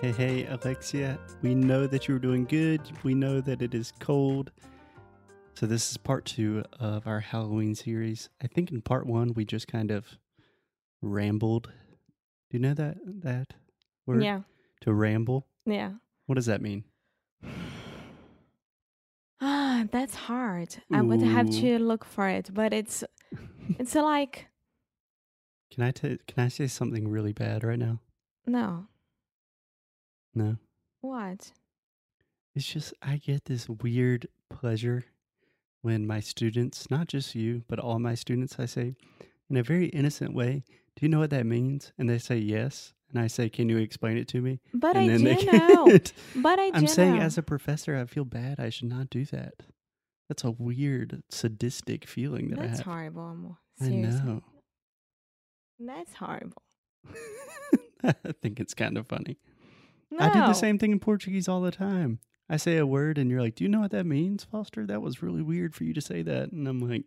Hey, hey, Alexia, we know that you're doing good. We know that it is cold. So, this is part two of our Halloween series. I think in part one, we just kind of rambled. Do you know that, that word? Yeah. To ramble? Yeah. What does that mean? Ah, that's hard. I would have Ooh. to look for it, but it's it's like Can I, t- can I say something really bad right now? no. No. What? It's just, I get this weird pleasure when my students, not just you, but all my students, I say, in a very innocent way, Do you know what that means? And they say yes. And I say, Can you explain it to me? But and I then do know. can't. But I do I'm saying, know. as a professor, I feel bad. I should not do that. That's a weird, sadistic feeling that that's I have. horrible. Amo. I Seriously. know. That's horrible. I think it's kind of funny. No. I do the same thing in Portuguese all the time. I say a word and you're like, Do you know what that means, Foster? That was really weird for you to say that. And I'm like,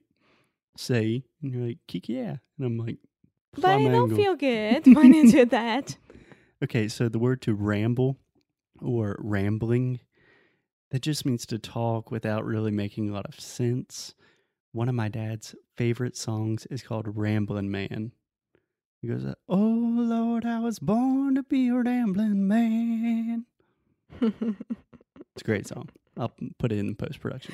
Say. And you're like, Kik, yeah. And I'm like, But I don't "Flamengo." feel good when you do that. Okay, so the word to ramble or rambling, that just means to talk without really making a lot of sense. One of my dad's favorite songs is called Ramblin' Man. He goes, Oh Lord, I was born to be a ramblin' man. It's a great song. I'll put it in the post production.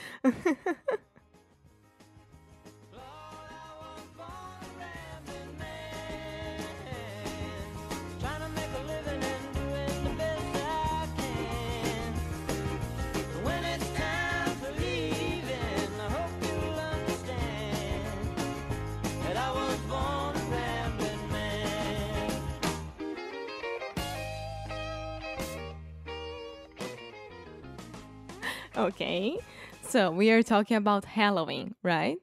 okay. So we are talking about Halloween, right?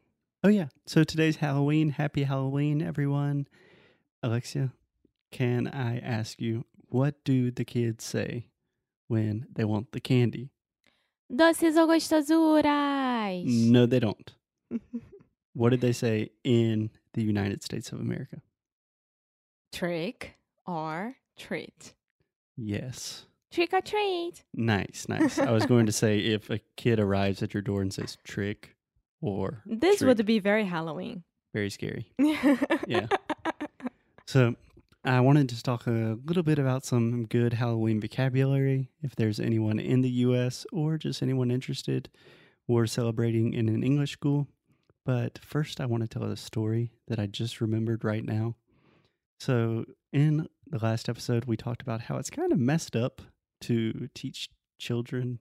Oh, yeah. So today's Halloween. Happy Halloween, everyone. Alexia, can I ask you, what do the kids say when they want the candy? Doces ou gostosuras? No, they don't. What did they say in the United States of America? Trick or treat. Yes. Trick or treat. Nice, nice. I was going to say if a kid arrives at your door and says trick or This treat, would be very Halloween. very scary. yeah. So I wanted to talk a little bit about some good Halloween vocabulary. If there's anyone in the US or just anyone interested or celebrating in an English school. But first, I want to tell a story that I just remembered right now. So, in the last episode, we talked about how it's kind of messed up to teach children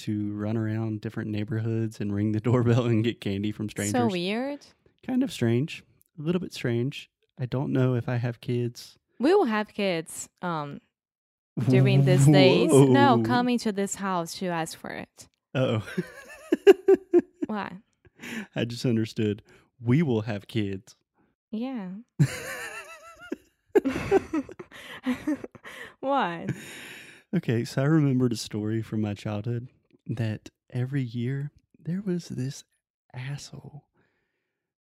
to run around different neighborhoods and ring the doorbell and get candy from strangers So weird. kind of strange, a little bit strange. I don't know if I have kids. We will have kids um during these days. No, Whoa. coming to this house to ask for it. Oh, Why? I just understood. We will have kids. Yeah. what? Okay, so I remembered a story from my childhood that every year there was this asshole.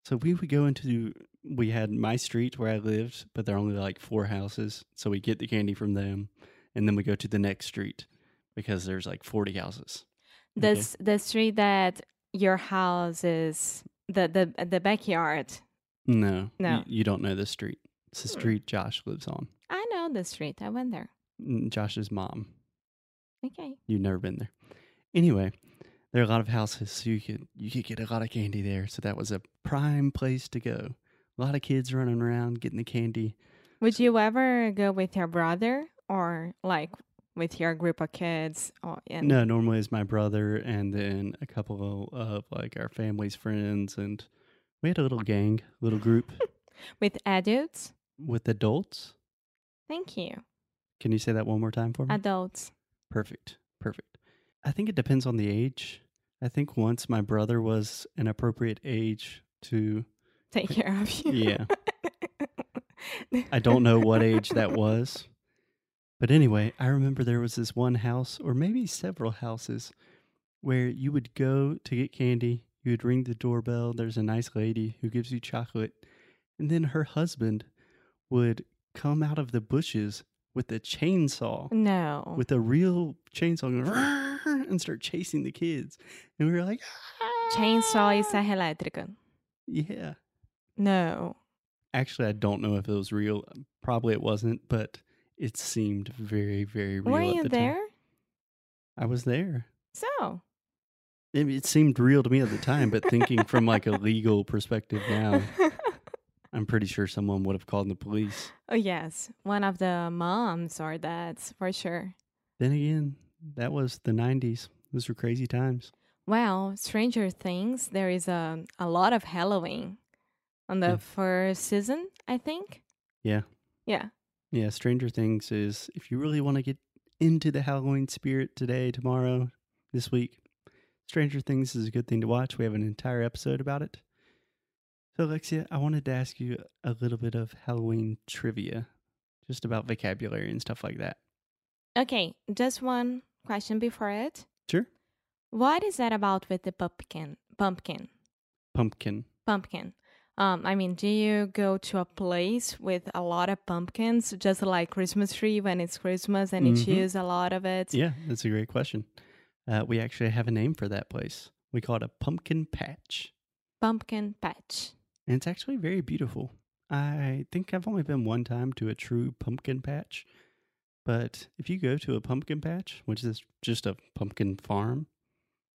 So we would go into we had my street where I lived, but there are only like four houses. So we get the candy from them, and then we go to the next street because there's like forty houses. The Okay. s the street that your house is the the the backyard. No. No. y- You don't know this street. It's the Hmm. street Josh lives on. I know the street. I went there. N- Josh's mom. Okay. You've never been there. Anyway, there are a lot of houses, so you could you could get a lot of candy there. So that was a prime place to go. A lot of kids running around getting the candy. Would you ever go with your brother or like with your group of kids or and No, normally it's my brother and then a couple of like our family's friends and we had a little gang, little group with adults? with adults. Mm-hmm. Thank you. Can you say that one more time for me? Adults. Perfect. Perfect. I think it depends on the age. I think once my brother was an appropriate age to, Take care of you. yeah, I don't know what age that was. But anyway, I remember there was this one house, or maybe several houses, where you would go to get candy. You would ring the doorbell. There's a nice lady who gives you chocolate. And then her husband would come out of the bushes with a chainsaw No. with a real chainsaw going, "Rrrr," and start chasing the kids. And we were like, Chainsaw e "Ah." serra elétrica. Yeah. No. Actually, I don't know if it was real. Probably it wasn't, but it seemed very, very real. Were at you the there? Time. I was there. So. It, it seemed real to me at the time, but thinking from like a legal perspective now, I'm pretty sure someone would have called the police. oh, yes. One of the moms or dads, for sure. Then again, that was the 90s. Those were crazy times. Well, Stranger Things, there is a, a lot of Halloween on the Yeah. first season, I think. Yeah. Yeah. Yeah, Stranger Things is if you really want to get into the Halloween spirit today, tomorrow, this week, Stranger Things is a good thing to watch. We have an entire episode about it. So, Alexia, I wanted to ask you a little bit of Halloween trivia, just about vocabulary and stuff like that. Okay, just one question before it. Sure. What is that about with the pumpkin? Pumpkin. Pumpkin. Pumpkin. Um, I mean, do you go to a place with a lot of pumpkins, just like Christmas tree when it's Christmas and Mhm. you choose a lot of it? Yeah, that's a great question. Uh, we actually have a name for that place. We call it a pumpkin patch, Pumpkin patch. and it's actually very beautiful. I think I've only been one time to a true pumpkin patch, but if you go to a pumpkin patch, which is just a pumpkin farm,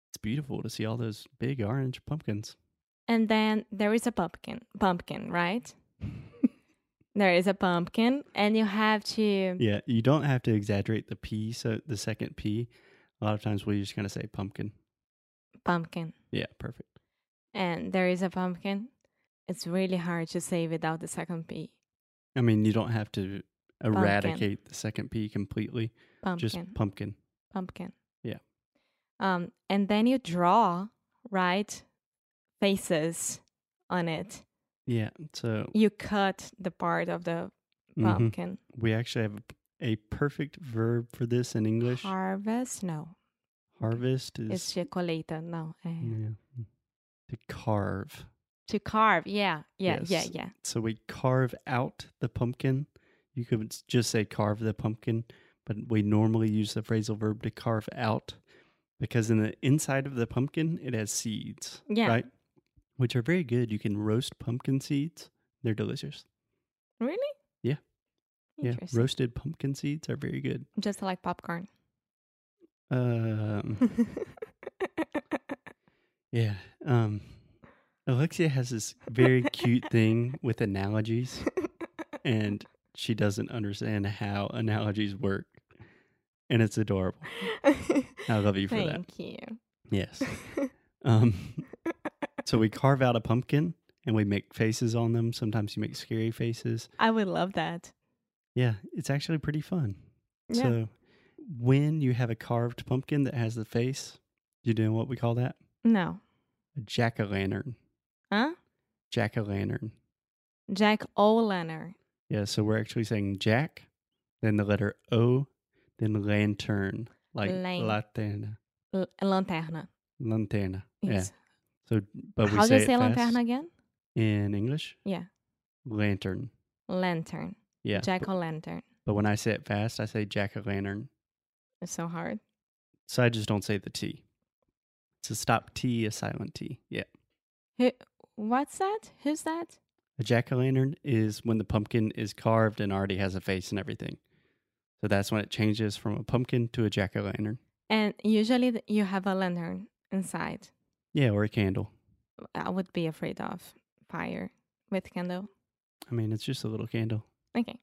it's beautiful to see all those big orange pumpkins. And then there is a pumpkin. Pumpkin, right? there is a pumpkin, and you have to. Yeah, you don't have to exaggerate the P, so the second P. A lot of times we just kind of say pumpkin. Pumpkin. Yeah, perfect. And there is a pumpkin. It's really hard to say without the second P. I mean, you don't have to Pumpkin. eradicate the second P completely. Pumpkin. Just pumpkin. pumpkin. Yeah. Um, and then you draw, right, faces on it. Yeah. So You cut the part of the mhm. pumpkin. we actually have a perfect verb for this in English. Harvest? No. Harvest is It's de colheita. No. eh, yeah. mm, to carve. To carve. Yeah. Yeah. Yeah. Yes. Yeah. So we carve out the pumpkin. You could s- just say carve the pumpkin, but we normally use the phrasal verb to carve out because in the inside of the pumpkin it has seeds. Yeah. Right? Which are very good. You can roast pumpkin seeds. They're delicious. Really? Yeah. Yeah. Interesting. Roasted pumpkin seeds are very good. Just like popcorn. Um Yeah. Um Alexia has this very cute thing with analogies and she doesn't understand how analogies work. And it's adorable. I love you for that. Thank you. Yes. Um so we carve out a pumpkin and we make faces on them. Sometimes you make scary faces. I would love that. Yeah, it's actually pretty fun. Yeah. So when you have a carved pumpkin that has the face, you know what we call that? No. A jack-o'-lantern. Huh? Jack-o'-lantern. Jack O'Lantern. Yeah, so we're actually saying Jack, then the letter O, then lantern, like Lan- lanterna, L- Lanterna. lanterna. Yes. Yeah. So, but we How do say, you say it fast lanterna again? in English. Yeah. Lantern. Lantern. Yeah. Jack But, o' lantern. but when I say it fast, I say jack o' lantern. It's so hard. So I just don't say the T. It's a stop T, a silent T. Yeah. Who, what's that? Who's that? A jack o' lantern is when the pumpkin is carved and already has a face and everything. So that's when it changes from a pumpkin to a jack o' lantern. And usually th- you have a lantern inside. Yeah, or a candle. I would be afraid of fire with candle. I mean, it's just a little candle. Okay.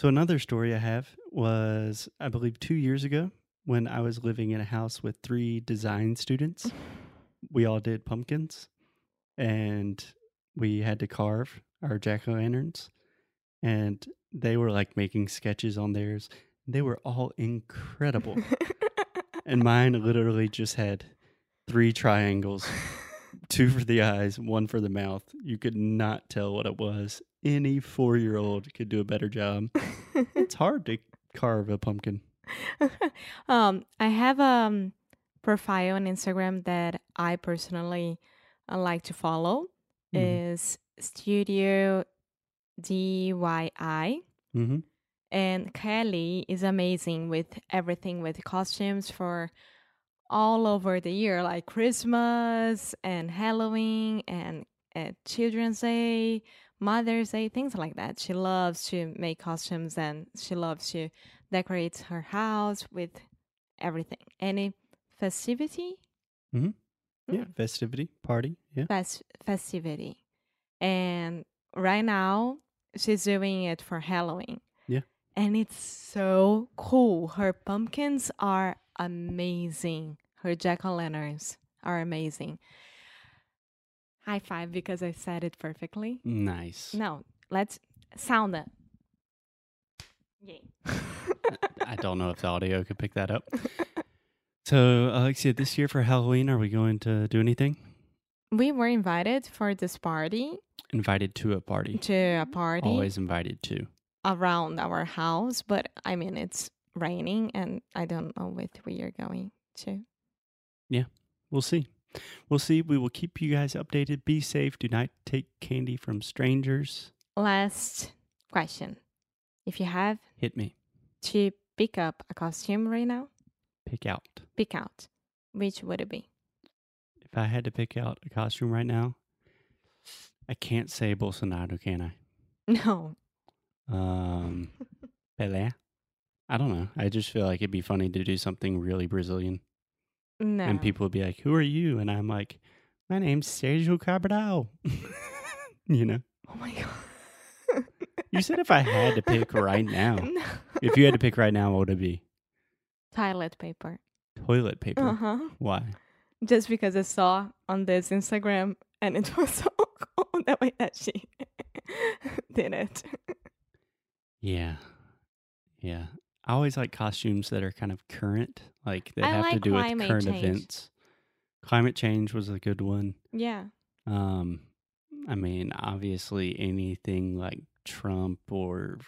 So another story I have was I believe 2 years ago when I was living in a house with three design students. We all did pumpkins and we had to carve our jack-o-lanterns and they were like making sketches on theirs. They were all incredible. and mine literally just had three triangles two for the eyes, one for the mouth. You could not tell what it was. Any four year old could do a better job. it's hard to carve a pumpkin. um, I have a um, profile on Instagram that I personally uh, like to follow. Is Studio DIY, Mm-hmm. and Kelly is amazing with everything with costumes for all over the year, like Christmas and Halloween and uh, Children's Day, Mother's Day, things like that. She loves to make costumes and she loves to decorate her house with everything. Any festivity? Yeah, festivity, party. Yeah. fest- festivity. And right now, she's doing it for Halloween. Yeah. And it's so cool. Her pumpkins are amazing. Her jack o' lanterns are amazing. High five because I said it perfectly. Nice. No, let's sound it. Yay. I don't know if the audio could pick that up. So, Alexia, this year for Halloween, are we going to do anything? we were invited for this party Invited to a party. to a party. Always invited to. around our house, but I mean it's raining and I don't know which we are going to. We'll see. We'll see. We will keep you guys updated. Be safe. Do not take candy from strangers. Last question. If you have Hit me. to pick up a costume right now, Pick out. pick out. Which would it be? If I had to pick out a costume right now, I can't say Bolsonaro, can I? No. Um, Pelé? I don't know. I just feel like it'd be funny to do something really Brazilian. No. And people would be like, Who are you? And I'm like, My name's Sergio Cabral. you know, Oh my god. you said if I had to pick right now, No. if you had to pick right now, what would it be? toilet paper. Toilet paper. Uh-huh. Why? Just because I saw on this Instagram and it was so cool that way that she did it. Yeah. Yeah. I always like costumes that are kind of current, like that I have to like do with climate current change. events. Climate change was a good one. Yeah. Um, I mean, obviously, anything like Trump or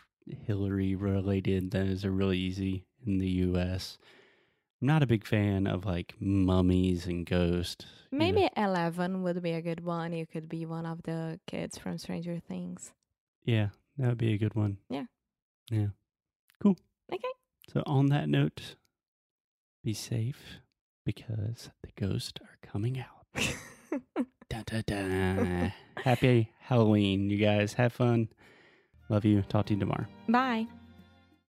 Hillary related, those are really easy in the U.S. I'm not a big fan of like mummies and ghosts. you know? Maybe 11 would be a good one. You could be one of the kids from Stranger Things. Yeah, that would be a good one. Yeah. Yeah. Cool. Okay. So, on that note, be safe because the ghosts are coming out. Da, da, da. Happy Halloween, you guys. Have fun. Love you. Talk to you tomorrow. Bye.